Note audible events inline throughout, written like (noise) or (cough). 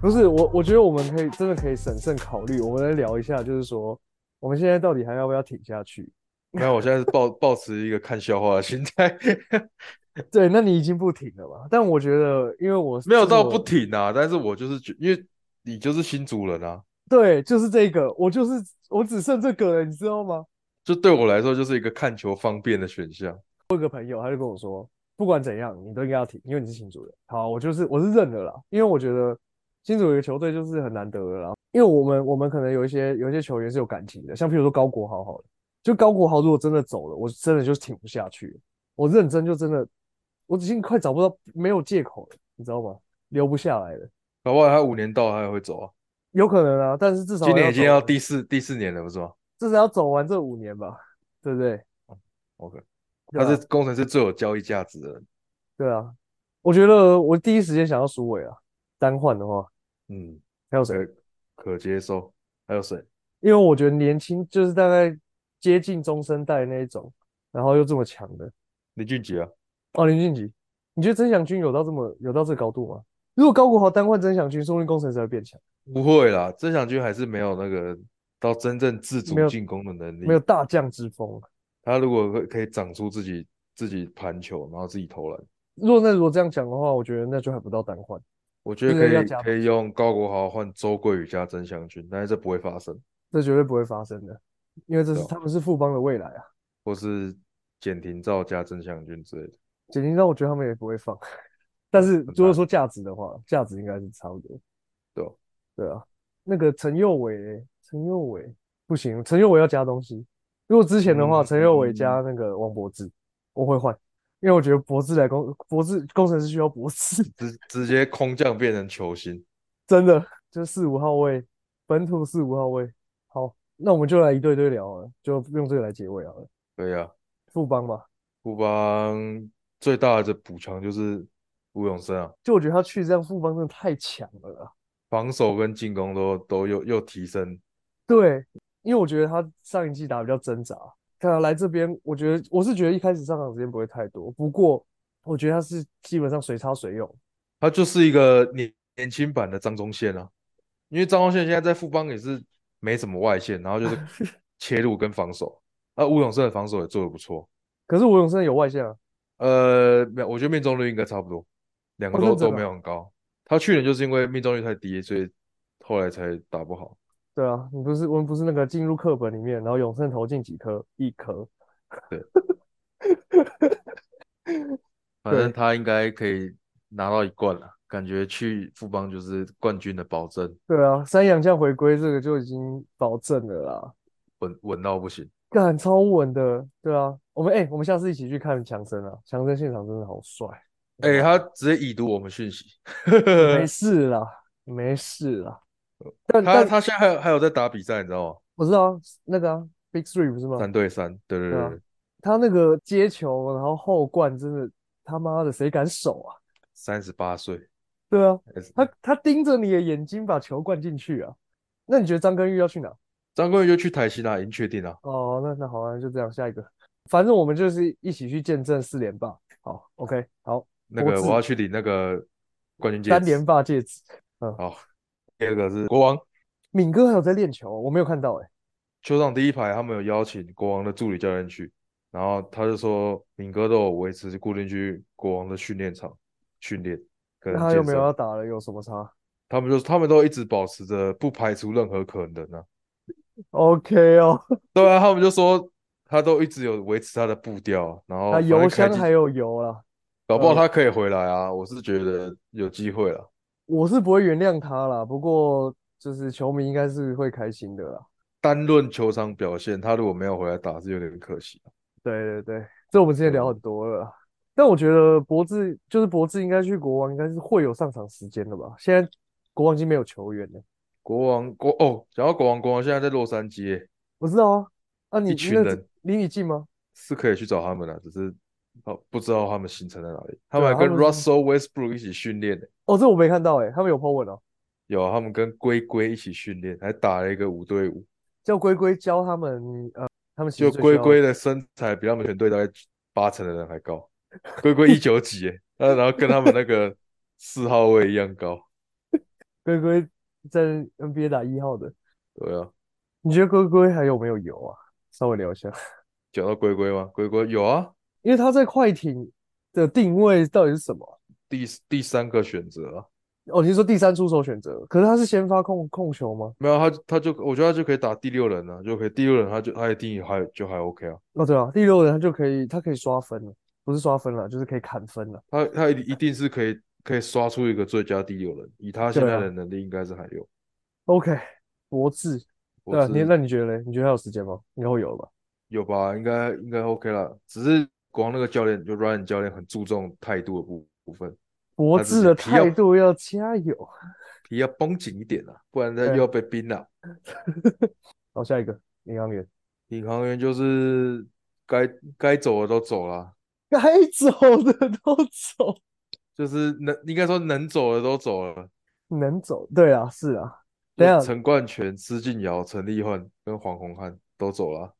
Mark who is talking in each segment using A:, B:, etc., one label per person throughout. A: 不是我，我觉得我们可以真的可以审慎考虑，我们来聊一下，就是说我们现在到底还要不要挺下去？
B: 没有，我现在是抱 (laughs) 抱持一个看笑话的心态，
A: 对，那你已经不挺了吧？但我觉得，因为我
B: 没有
A: 这是
B: 到
A: 我
B: 不挺啊，但是我就是觉，因为你就是新主人啊，
A: 对，就是这个，我就是我只剩这个了，你知道吗？
B: 就对我来说就是一个看球方便的选项。
A: 我有个朋友，他就跟我说，不管怎样，你都应该要挺，因为你是新主人。好，我就是我是认了啦，因为我觉得新主有一个球队就是很难得的啦，因为我们我们可能有一些有一些球员是有感情的，像譬如说高国豪好了，就高国豪如果真的走了，我真的就是挺不下去了，我认真就真的，我已经快找不到没有借口了，你知道吗？留不下来了，
B: 搞不好他五年到他也会走啊，
A: 有可能啊，但是至少
B: 今年已经
A: 走
B: 要
A: 完
B: 第四第四年了，不是吗
A: 至少要走完这五年吧，对不对？
B: ？OK，
A: 对
B: 他
A: 啊
B: 是工程师最有交易价值的人。
A: 对啊，我觉得我第一时间想要苏伟啊，单换的话
B: 嗯，
A: 还有谁？
B: 可接受。还有谁？
A: 因为我觉得年轻就是大概接近中生代那一种，然后又这么强的
B: 林俊杰啊，
A: 哦，林俊杰，你觉得曾祥军有到这么有到这个高度吗？如果高国豪单换曾祥军，说不定工程师会变强，
B: 不会啦，曾祥军还是没有那个到真正自
A: 没
B: 主
A: 有
B: 进攻的能力
A: 没。有大将之风。啊
B: 他如果可可以长出自己自己盘球，然后自己投篮，
A: 如果那如果这样讲的话，我觉得那就还不到单换。
B: 我觉得
A: 这
B: 可
A: 个要
B: 以
A: 加
B: 可以用高国豪换周桂宇加曾祥军，但是这不会发生，
A: 这绝对不会发生的，因为这是
B: 对啊
A: 他们是富邦的未来啊。
B: 或是简廷照加曾祥军之类的。
A: 简廷让我觉得他们也不会放，但是
B: 很
A: 如果
B: 难
A: 说价值的话，价值应该是差不多。
B: 对啊
A: 对啊，那个陈佑伟欸，陈佑伟不行，陈佑伟要加东西。如果之前的
B: 嗯
A: 话，陈佑伟加那个王柏志，我会换，因为我觉得柏志来工，柏志工程师需要柏志，
B: 直直接空降变成球星，
A: 真的就是四五号位，本土四五号位。好，那我们就来一对一对聊好了，就用这个来结尾好了。
B: 对啊。
A: 富邦吧，
B: 富邦最大的补强就是吴永生啊，
A: 就我觉得他去这样富邦真的太强了啦。
B: 防守跟进攻都都又又提升，
A: 对，因为我觉得他上一季打得比较挣扎，看他来这边，我觉得我是觉得一开始上场时间不会太多，不过我觉得他是基本上随插随用，
B: 他就是一个年年轻版的张宗宪啊。因为张宗宪现在在富邦也是没什么外线，然后就是切入跟防守，啊，吴永生的防守也做得不错。
A: 可是吴永生有外线啊，
B: 呃，没有，我觉得命中率应该差不多，两个
A: 哦
B: 都
A: 认真
B: 都没
A: 啊
B: 有很高。他去年就是因为命中率太低，所以后来才打不好。
A: 对啊，你不是我们不是那个进入课本里面，然后永胜投进几颗，一颗，
B: 反
A: 对
B: 正他应该可以拿到一冠了，感觉去富邦就是冠军的保证，
A: 对啊，三洋将回归这个就已经保证了啦，
B: 稳稳到不行。
A: 干超稳的，对啊，我们哎、我们下次一起去看强森啊，强森现场真的好帅，
B: 哎、他直接已读我们讯息，
A: 啊没事啦，没事啦，但
B: 他
A: 但
B: 他现在还有还有在打比赛，你知道
A: 我知道啊那个啊，Big Three 不是吗
B: 吗？？三对三，对
A: 对
B: 对对
A: 啊
B: 对，
A: 他那个接球，然后后灌，真的他妈的谁敢守啊？
B: 三十八岁，
A: 对啊，
B: 还是
A: 他他盯着你的眼睛把球灌进去啊。那你觉得张根玉要去哪？
B: 张根宇就去台西啦，已经确定了。
A: 哦，那那好啊，就这样，下一个，反正我们就是一起去见证四连霸。好，OK，好，
B: 那
A: 国
B: 个
A: 字
B: 我要去领那个冠军戒
A: 三
B: 指。
A: 连霸戒指。
B: 好，第二个是国王，
A: 敏哥还有在练球，我没有看到哎、
B: 球场第一排，他们有邀请国王的助理教练去，然后他就说敏哥都有维持固定去国王的训练场训练跟
A: 那他有
B: 健
A: 没有
B: 身
A: 要打了？有什么差
B: 他们就是他们都一直保持着不排除任何可能啊。
A: ？OK 哦，
B: 对啊，他们就说他都一直有维持他的步调啊，然后
A: 他
B: 反
A: 油
B: 正开
A: 箱
B: 季
A: 还有油啦，
B: 搞不好他可以回来啊，我是觉得有机会了。
A: 我是不会原谅他啦。不过就是球迷应该是会开心的啦。
B: 单论球场表现，他如果没有回来打是有点可惜啊。
A: 对对对，这我们之前聊
B: 对
A: 很多了啦，但我觉得博智就是博智应该去国王，应该是会有上场时间的吧？现在国王已经没有球员了，
B: 国王国哦，讲到国王，国王现在在洛杉矶欸耶，
A: 我知道啊，啊你
B: 一群
A: 那
B: 人
A: 离你近吗？
B: 是可以去找他们的，只是哦不知道他们行程在哪里。他
A: 对啊
B: 们还跟
A: 他们
B: Russell Westbrook 一起训练呢，
A: 哦，这我没看到诶、他们有 po 文哦，
B: 有啊他们跟龟龟一起训练，还打了一个五对五。
A: 叫龟龟教他们，呃，他们其
B: 就
A: 实最需
B: 龟
A: 要
B: 龟的身材比他们全队大概八成的人还高，龟龟一九几耶，呃，然后跟他们那个四号位一样高，
A: 龟龟在 NBA 打一号的，
B: 对啊，
A: 你觉得龟龟还有没有油啊？稍微聊一下，
B: 讲到龟龟吗？龟龟有啊，
A: 因为他在快艇的定位到底是什么？啊
B: 第第三个选择啊，
A: 哦，你是说第三出手选择，可是他是先发控控球吗？
B: 没有他他就我觉得他就可以打第六人啊了，就可以第六人他就他一定还就还 OK 啊，
A: 哦，对啊，第六人他就可以，他可以刷分了，不是刷分了，就是可以砍分了。
B: 他他一定一定是可以可以刷出一个最佳第六人，以他现
A: 对
B: 在
A: 啊
B: 的能力应该是还有。
A: OK，博智，
B: 我
A: 对啊，
B: 是
A: 你那你觉得嘞？你觉得还有时间吗？应该会有了吧？
B: 有吧，应该应该 OK 啦。只是国王那个教练，就 Ryan 教练很注重态度的部部分，
A: 博
B: 他只
A: 智
B: 是
A: 的
B: 皮要
A: 态度要加油。
B: 皮要绷紧一点啊，不然他
A: 对
B: 又要被冰了。
A: 好，下一个领航员，
B: 领航员就是该该走的都走了，
A: 该走的都走，
B: 就是能应该说能走的都走了。
A: 能走，对啊，是啊。
B: 就
A: 等一下
B: 陈冠泉、施晋尧、陈立焕跟黄宏汉都走了啊。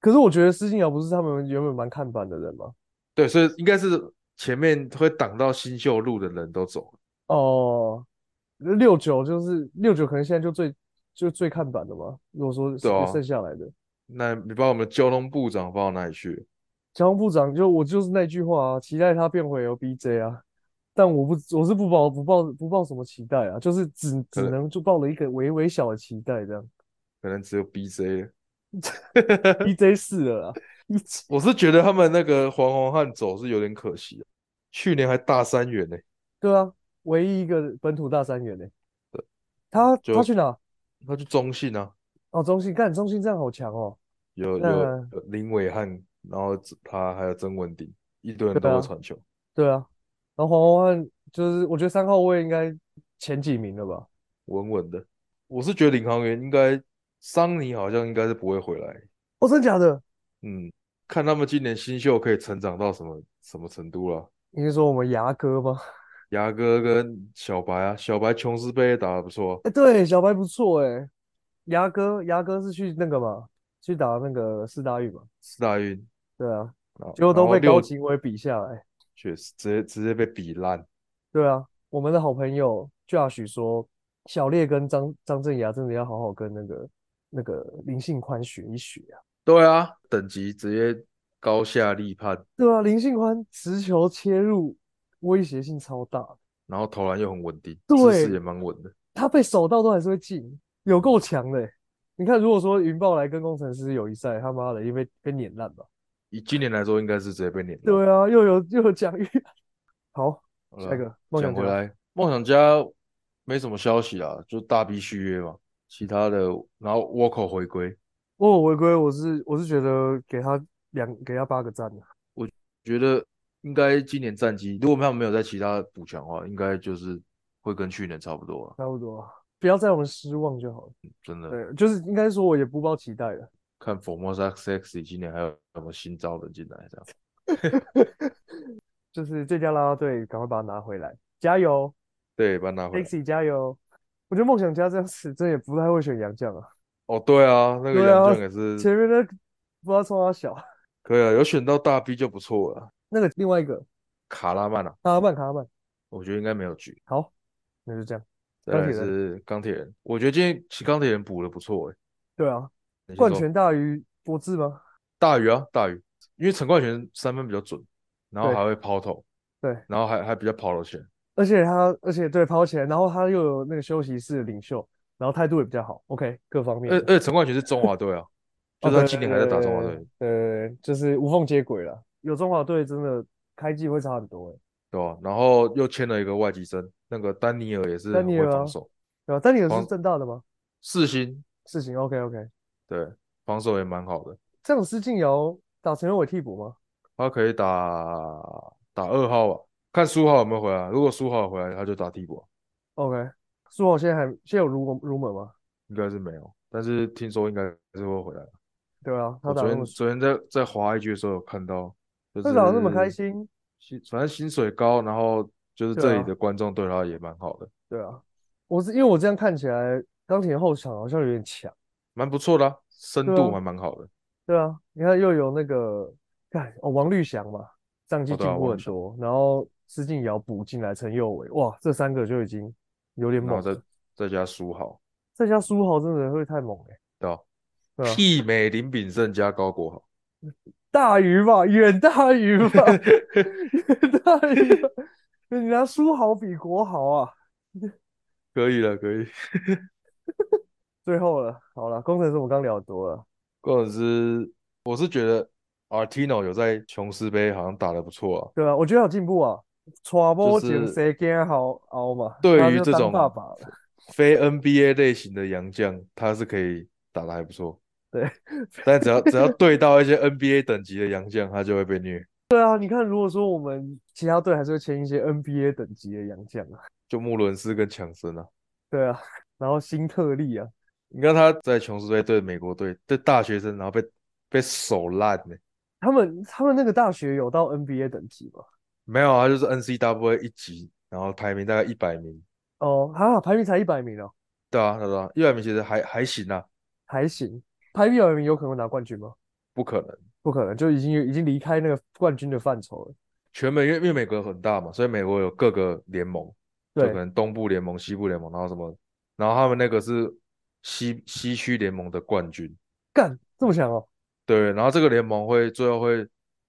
A: 可是我觉得施晋尧不是他们原本蛮看板的人吗？
B: 对，所以应该是前面会挡到新秀路的人都走了。
A: 哦，六九就是六九，可能现在就最就最看板的嘛。如果说
B: 对啊
A: 剩下来的，
B: 那你把我们交通部长放到哪里去了？
A: 交通部长就我就是那句话啊，期待他变回 LBJ 啊。但我不我是不抱不抱不抱什么期待啊，就是只只
B: 能
A: 能就抱了一个微微小的期待这样。
B: 可能只有 BJ 了。
A: BJ 四了啦，
B: 我是觉得他们那个黄宏汉走是有点可惜啊，去年还大三元呢、
A: 对啊，唯一一个本土大三元呢、他
B: 就
A: 他去哪？
B: 他去中信啊，
A: 哦，中信，干中信这样好强哦。
B: 有有
A: 嗯
B: 有林伟汉，然后他还有曾文鼎，一堆人
A: 对
B: 都
A: 啊
B: 会传球，
A: 对啊，然后黄宏汉就是我觉得三号位应该前几名了吧。
B: 稳稳的。我是觉得领航员应该桑尼好像应该是不会回来，
A: 哦，真假的？
B: 嗯，看他们今年新秀可以成长到什么什么程度了。
A: 你是说我们牙哥吗？
B: 牙哥跟小白啊，小白琼斯杯也打得不错啊，
A: 哎，对，小白不错哎。牙哥，牙哥是去那个嘛，去打那个四大运嘛。
B: 四大运，
A: 对啊，
B: 然后
A: 结果都
B: 然后
A: 被高
B: 六
A: 景伟比下来。
B: 确实直接直接被比烂，
A: 对啊，我们的好朋友 Josh 说，小烈跟张张镇雅真的要好好跟那个那个林信宽学一学啊。
B: 对啊，等级直接高下立判。
A: 对啊，林信宽持球切入威胁性超大，
B: 然后投篮又很稳定，姿
A: 对
B: 势也蛮稳的。
A: 他被守到都还是会进，有够强的欸。你看，如果说云豹来跟工程师友谊赛，他妈的，因为被碾烂吧。
B: 以今年来说，应该是直接被碾
A: 对
B: 了。
A: 啊，又有又有奖励。 (laughs) 好，
B: 好
A: 下
B: 了
A: 一个梦想
B: 讲回
A: 家，
B: 来，梦想家没什么消息啦，就大逼续约嘛。其他的，然后倭寇回归，
A: 我有违规，我是我是觉得给他两给他八个赞啊的。
B: 觉得应该今年战绩，如果他们没有在其他补强的话，应该就是会跟去年差不多了。
A: 差不多啊，不要再让我们失望就好了。
B: 真的，
A: 对，就是应该说我也不抱期待了。
B: 看 Formosa Sexy 今年还有什么新招人进来，这样
A: 就是最佳啦啦队，赶快把它拿回来，加油
B: 对，把它拿回来。
A: ，Taxi 加油！我觉得梦想家这样子真的也不太会选洋将啊，
B: 哦，对啊，那个
A: 对啊
B: 杨将也是
A: 前面那个不知道从哪小，
B: 可以啊，有选到大 B 就不错了。
A: 那个另外一个
B: 卡拉曼啊，
A: 卡拉曼卡拉曼，
B: 我觉得应该没有局。
A: 好，那就这样。
B: 再
A: 钢
B: 来
A: 铁人
B: 是钢铁人，我觉得今天其实钢铁人补的不错哎、
A: 对啊，
B: 你先
A: 冠
B: 说
A: 权大于博智吗？
B: 大鱼啊，大鱼，因为陈冠泉三分比较准，然后
A: 对
B: 还会抛投，
A: 对
B: 然后还还比较跑得起来，
A: 而且他，而且对抛起来，然后他又有那个休息室的领袖，然后态度也比较好，OK，各方面
B: 而
A: 的
B: 而且陈冠泉是中华队啊，
A: 哦
B: 就是他
A: 对
B: 今
A: 对
B: 年还在打
A: 对
B: 中华
A: 对
B: 队，
A: 对对对就是无缝接轨了。有中华队真的开季会差很多、欸，
B: 对吧、然后又签了一个外籍生，那个丹尼尔也是
A: 丹
B: 很
A: 尼
B: 会
A: 尔啊
B: 防守，
A: 对吧？但你有是
B: 黄
A: 正大的吗？
B: 四星，
A: 事情 OK OK，
B: 对，防守也蛮好的，
A: 这样施晋尧打陈伟替补吗？
B: 他可以打打二号啊，看苏浩有没有回来，如果苏浩有回来，他就打替补啊、
A: OK，苏豪现在还现在有如门如门吗？
B: 应该是没有，但是听说应该是会回来。
A: 对啊，他
B: 我
A: 打那
B: 昨天
A: 么
B: 昨天在在滑 IG 的时候有看到，就
A: 他打得那么开
B: 是
A: 心，
B: 薪，反正薪水高，然后就是
A: 对
B: 这里
A: 啊
B: 的观众对他也蛮好的，
A: 对啊，我是因为我这样看起来钢铁后场好像有点强，
B: 蛮不错的啊深
A: 对
B: 度
A: 啊
B: 还蛮好的。
A: 对啊，你看又有那个看哦王绿翔嘛，上季
B: 哦对
A: 进
B: 啊
A: 步
B: 王
A: 很
B: 绿翔
A: 多，然后施晋尧补进来陈佑伟，哇，这三个就已经有点
B: 然后
A: 猛
B: 再
A: 了，
B: 再加苏豪，
A: 再加苏豪真的会太猛哎、
B: 对
A: 对啊
B: 吧？
A: 吧
B: 媲美林炳胜加高国豪，
A: (laughs) 大于吧，远大于
B: (laughs)
A: 吧，远大于吧。你拿苏豪比国豪啊！
B: 可以了，可以。 (laughs)
A: 最后了，好了，工程师我们刚聊多了，
B: 或者是我是觉得 Artino 有在琼斯杯好像打得不错啊，
A: 对吧、我觉得有进步啊，传播
B: 就是
A: 前谁跟好熬嘛，
B: 对
A: 他
B: 于
A: 就
B: 这
A: 当
B: 种
A: 爸爸了，
B: 非 NBA 类型的洋将，他是可以打得还不错。
A: 对，
B: 但只要只要对到一些 NBA 等级的洋将，他就会被虐。
A: 对啊，你看，如果说我们其他队还是会签一些 NBA 等级的洋将啊，
B: 就穆伦斯跟强森啊，
A: 对啊，然后新特利啊，
B: 你看他在琼斯杯对美国队对大学生，然后被被手烂欸呢、
A: 他们他们那个大学有到 NBA 等级吗？
B: 没有啊，他就是 NCAA 一级，然后排名大概一百名。
A: 哦，哈，排名才一百名哦，
B: 对啊，对啊，一百名其实还还行啊，
A: 还行，排名一百名有可能拿冠军吗？
B: 不可能。
A: 不可能，就已经已经离开那个冠军的范畴了。
B: 全美因为因为美国很大嘛，所以美国有各个联盟，就
A: 对
B: 可能东部联盟、西部联盟，然后什么，然后他们那个是西西区联盟的冠军，
A: 干这么强哦，
B: 对，然后这个联盟会最后会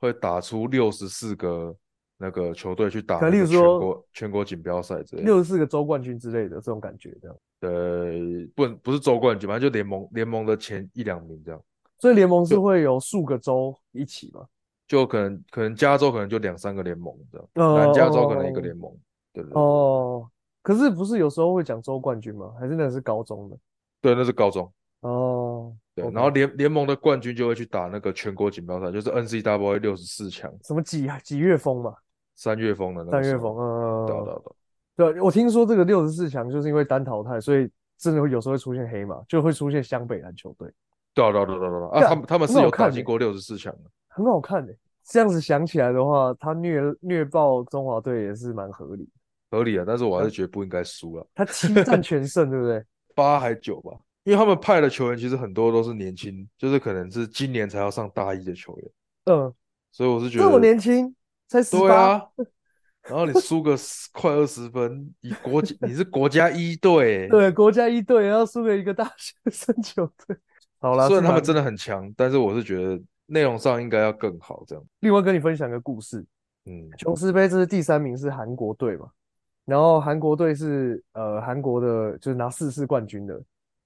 B: 会打出六十四个那个球队去打
A: 可
B: 那
A: 例
B: 个
A: 如
B: 全
A: 说
B: 国全国锦标赛之类的，
A: 六十四个州冠军之类的这种感觉，这样。
B: 呃，不能不是州冠军，反正就联盟联盟的前一两名这样，
A: 所以联盟是会有数个州一起嘛？
B: 就可能可能加州可能就两三个联盟这样，
A: 呃
B: 南加州可能一个联盟，对对对
A: 哦，可是不是有时候会讲州冠军吗？还是那是高中的？
B: 对，那是高中。
A: 哦，
B: 对，
A: OK
B: 然后联联盟的冠军就会去打那个全国锦标赛，就是 NCAA 六十四强
A: 什么几几月风嘛，
B: 三月风的那
A: 三
B: 个
A: 月
B: 时
A: 风，
B: 候。
A: 嗯，
B: 对啊对啊对啊
A: 对，我听说这个六十四强就是因为单淘汰，所以真的会有时候会出现黑马，就会出现湘北篮球队，
B: 对啊对啊对啊对啊对啊！啊，
A: 干
B: 他们他们是
A: 很好
B: 有打
A: 看
B: 进
A: 欸
B: 过六十四强的，
A: 很好看的。这样子想起来的话，他虐虐爆中华队也是蛮合理的。
B: 合理啊，但是我
A: 嗯
B: 还是觉得不应该输了，
A: 他七战全胜， (laughs) 对不对？
B: 八还九吧，因为他们派的球员其实很多都是年轻，就是可能是今年才要上大一的球员，
A: 嗯，
B: 所以我是觉
A: 这么
B: 得
A: 年轻，才十
B: 对
A: 八，
B: 啊，然后你输个10快二十分，以国家你是国家一队
A: (laughs)
B: 欸，
A: 对，国家一队，然后输给一个大学生球队。好啦，是
B: 虽然他们
A: 蛮
B: 真的很强，但是我是觉得内容上应该要更好这样，
A: 另外跟你分享个故事，
B: 嗯。
A: 琼斯杯这是第三名是韩国队嘛，然后韩国队是呃韩国的，就是拿四次冠军的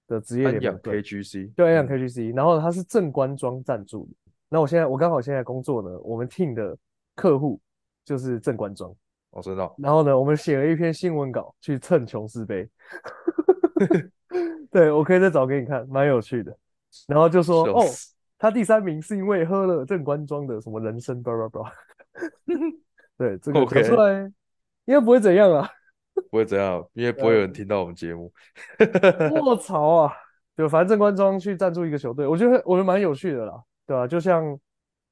A: 的职业
B: 安
A: 联
B: 养
A: 盟队，
B: KGC，
A: 对，安
B: 嗯
A: 阳 KGC，然后他是正官庄赞助的。那我现在我刚好现在工作呢，我们 team 的客户就是正官庄，
B: 我知道，
A: 然后呢，我们写了一篇新闻稿去蹭琼斯
B: (laughs)
A: 杯，对我可以再找给你看，蛮有趣的。然后就说
B: 笑
A: 哦，
B: 死
A: 他第三名是因为喝了正官庄的什么人参，叭叭叭。 (laughs) 对，这个
B: OK
A: 讲出来应该不会怎样啊。
B: 不会怎样，因为不会有人听到我们节目。
A: 卧槽啊！就反正正官庄去赞助一个球队，我觉得我觉得蛮有趣的啦，对吧、就像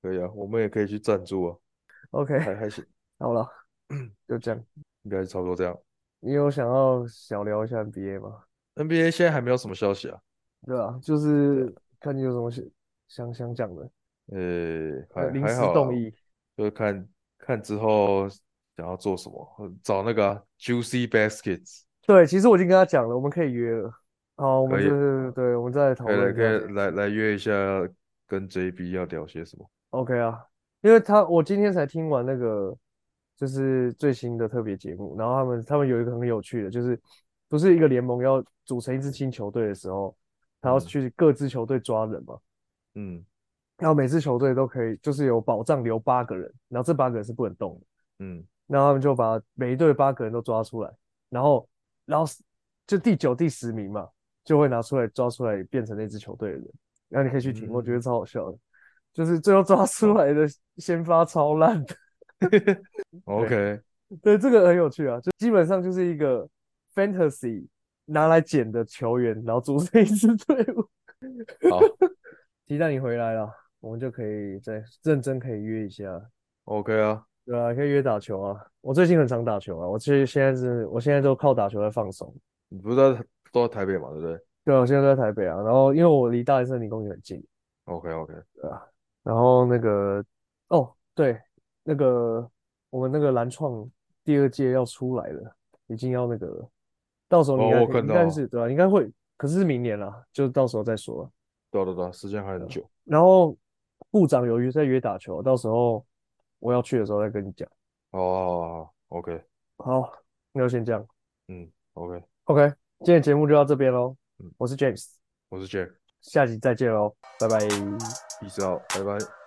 B: 可以啊，我们也可以去赞助啊，
A: OK，
B: 还还行，
A: 好了，
B: 嗯
A: 就这样。
B: 应该是差不多这样。
A: 你有想要小聊一下 NBA 吗？
B: NBA 现在还没有什么消息啊，
A: 对啊，就是看你有什么想想想讲的，
B: 呃，还
A: 临
B: 还
A: 时
B: 好啊
A: 动议。
B: 就是看看之后想要做什么，找那个啊 Juicy Baskets，
A: 对，其实我已经跟他讲了，我们可以约了。好，我们
B: 可以
A: 就是对，哦我们再来讨
B: 可以来
A: 论一
B: 可以
A: 下。
B: 来来约一下，跟 JB 要聊些什么。
A: OK 啊，因为他我今天才听完那个就是最新的特别节目，然后他们他们有一个很有趣的，就是不是一个联盟要组成一支新球队的时候，他要
B: 嗯
A: 去各支球队抓人嘛，
B: 嗯
A: 然后每支球队都可以就是有保障留八个人，然后这八个人是不能动的，
B: 嗯，
A: 然后他们就把每一队八个人都抓出来，然后然后就第九第十名嘛，就会拿出来抓出来变成那支球队的人，然后你可以去听，我觉得超好笑的，就是最后抓出来的先发超烂的。 (laughs) 嗯
B: OK，
A: 对，这个很有趣啊，就基本上就是一个 fantasy 拿来捡的球员，然后组成一支队伍。 (laughs)
B: 好
A: 期待你回来了，我们就可以再认真可以约一下，
B: ，OK 啊，
A: 对啊，可以约打球啊。我最近很常打球啊，我其实现在是，我现在都靠打球来放松。
B: 你不是在都在台北嘛，对不对
A: 对啊，我现在都在台北啊，然后因为我离大安森林公园很近，
B: ？OK OK，
A: 然后那个哦，对，那个我们那个蓝创第二届要出来了，已经要那个了到时候你
B: 哦
A: 应该
B: 我
A: 可以
B: 看
A: 应
B: 到
A: 该
B: 了
A: 是对吧、啊应该会，可是明年啦，就到时候再说了。
B: 对啊对啊对啊，时间还很久。
A: 然后部长有约在约打球，到时候我要去的时候再跟你讲。
B: 哦，OK，
A: 好，那就先这样。
B: 嗯，OK，
A: OK，今天的节目就到这边喽
B: 嗯。
A: 我是 James，
B: 我是 Jack，
A: 下集再见喽，拜拜。
B: peace out，拜拜。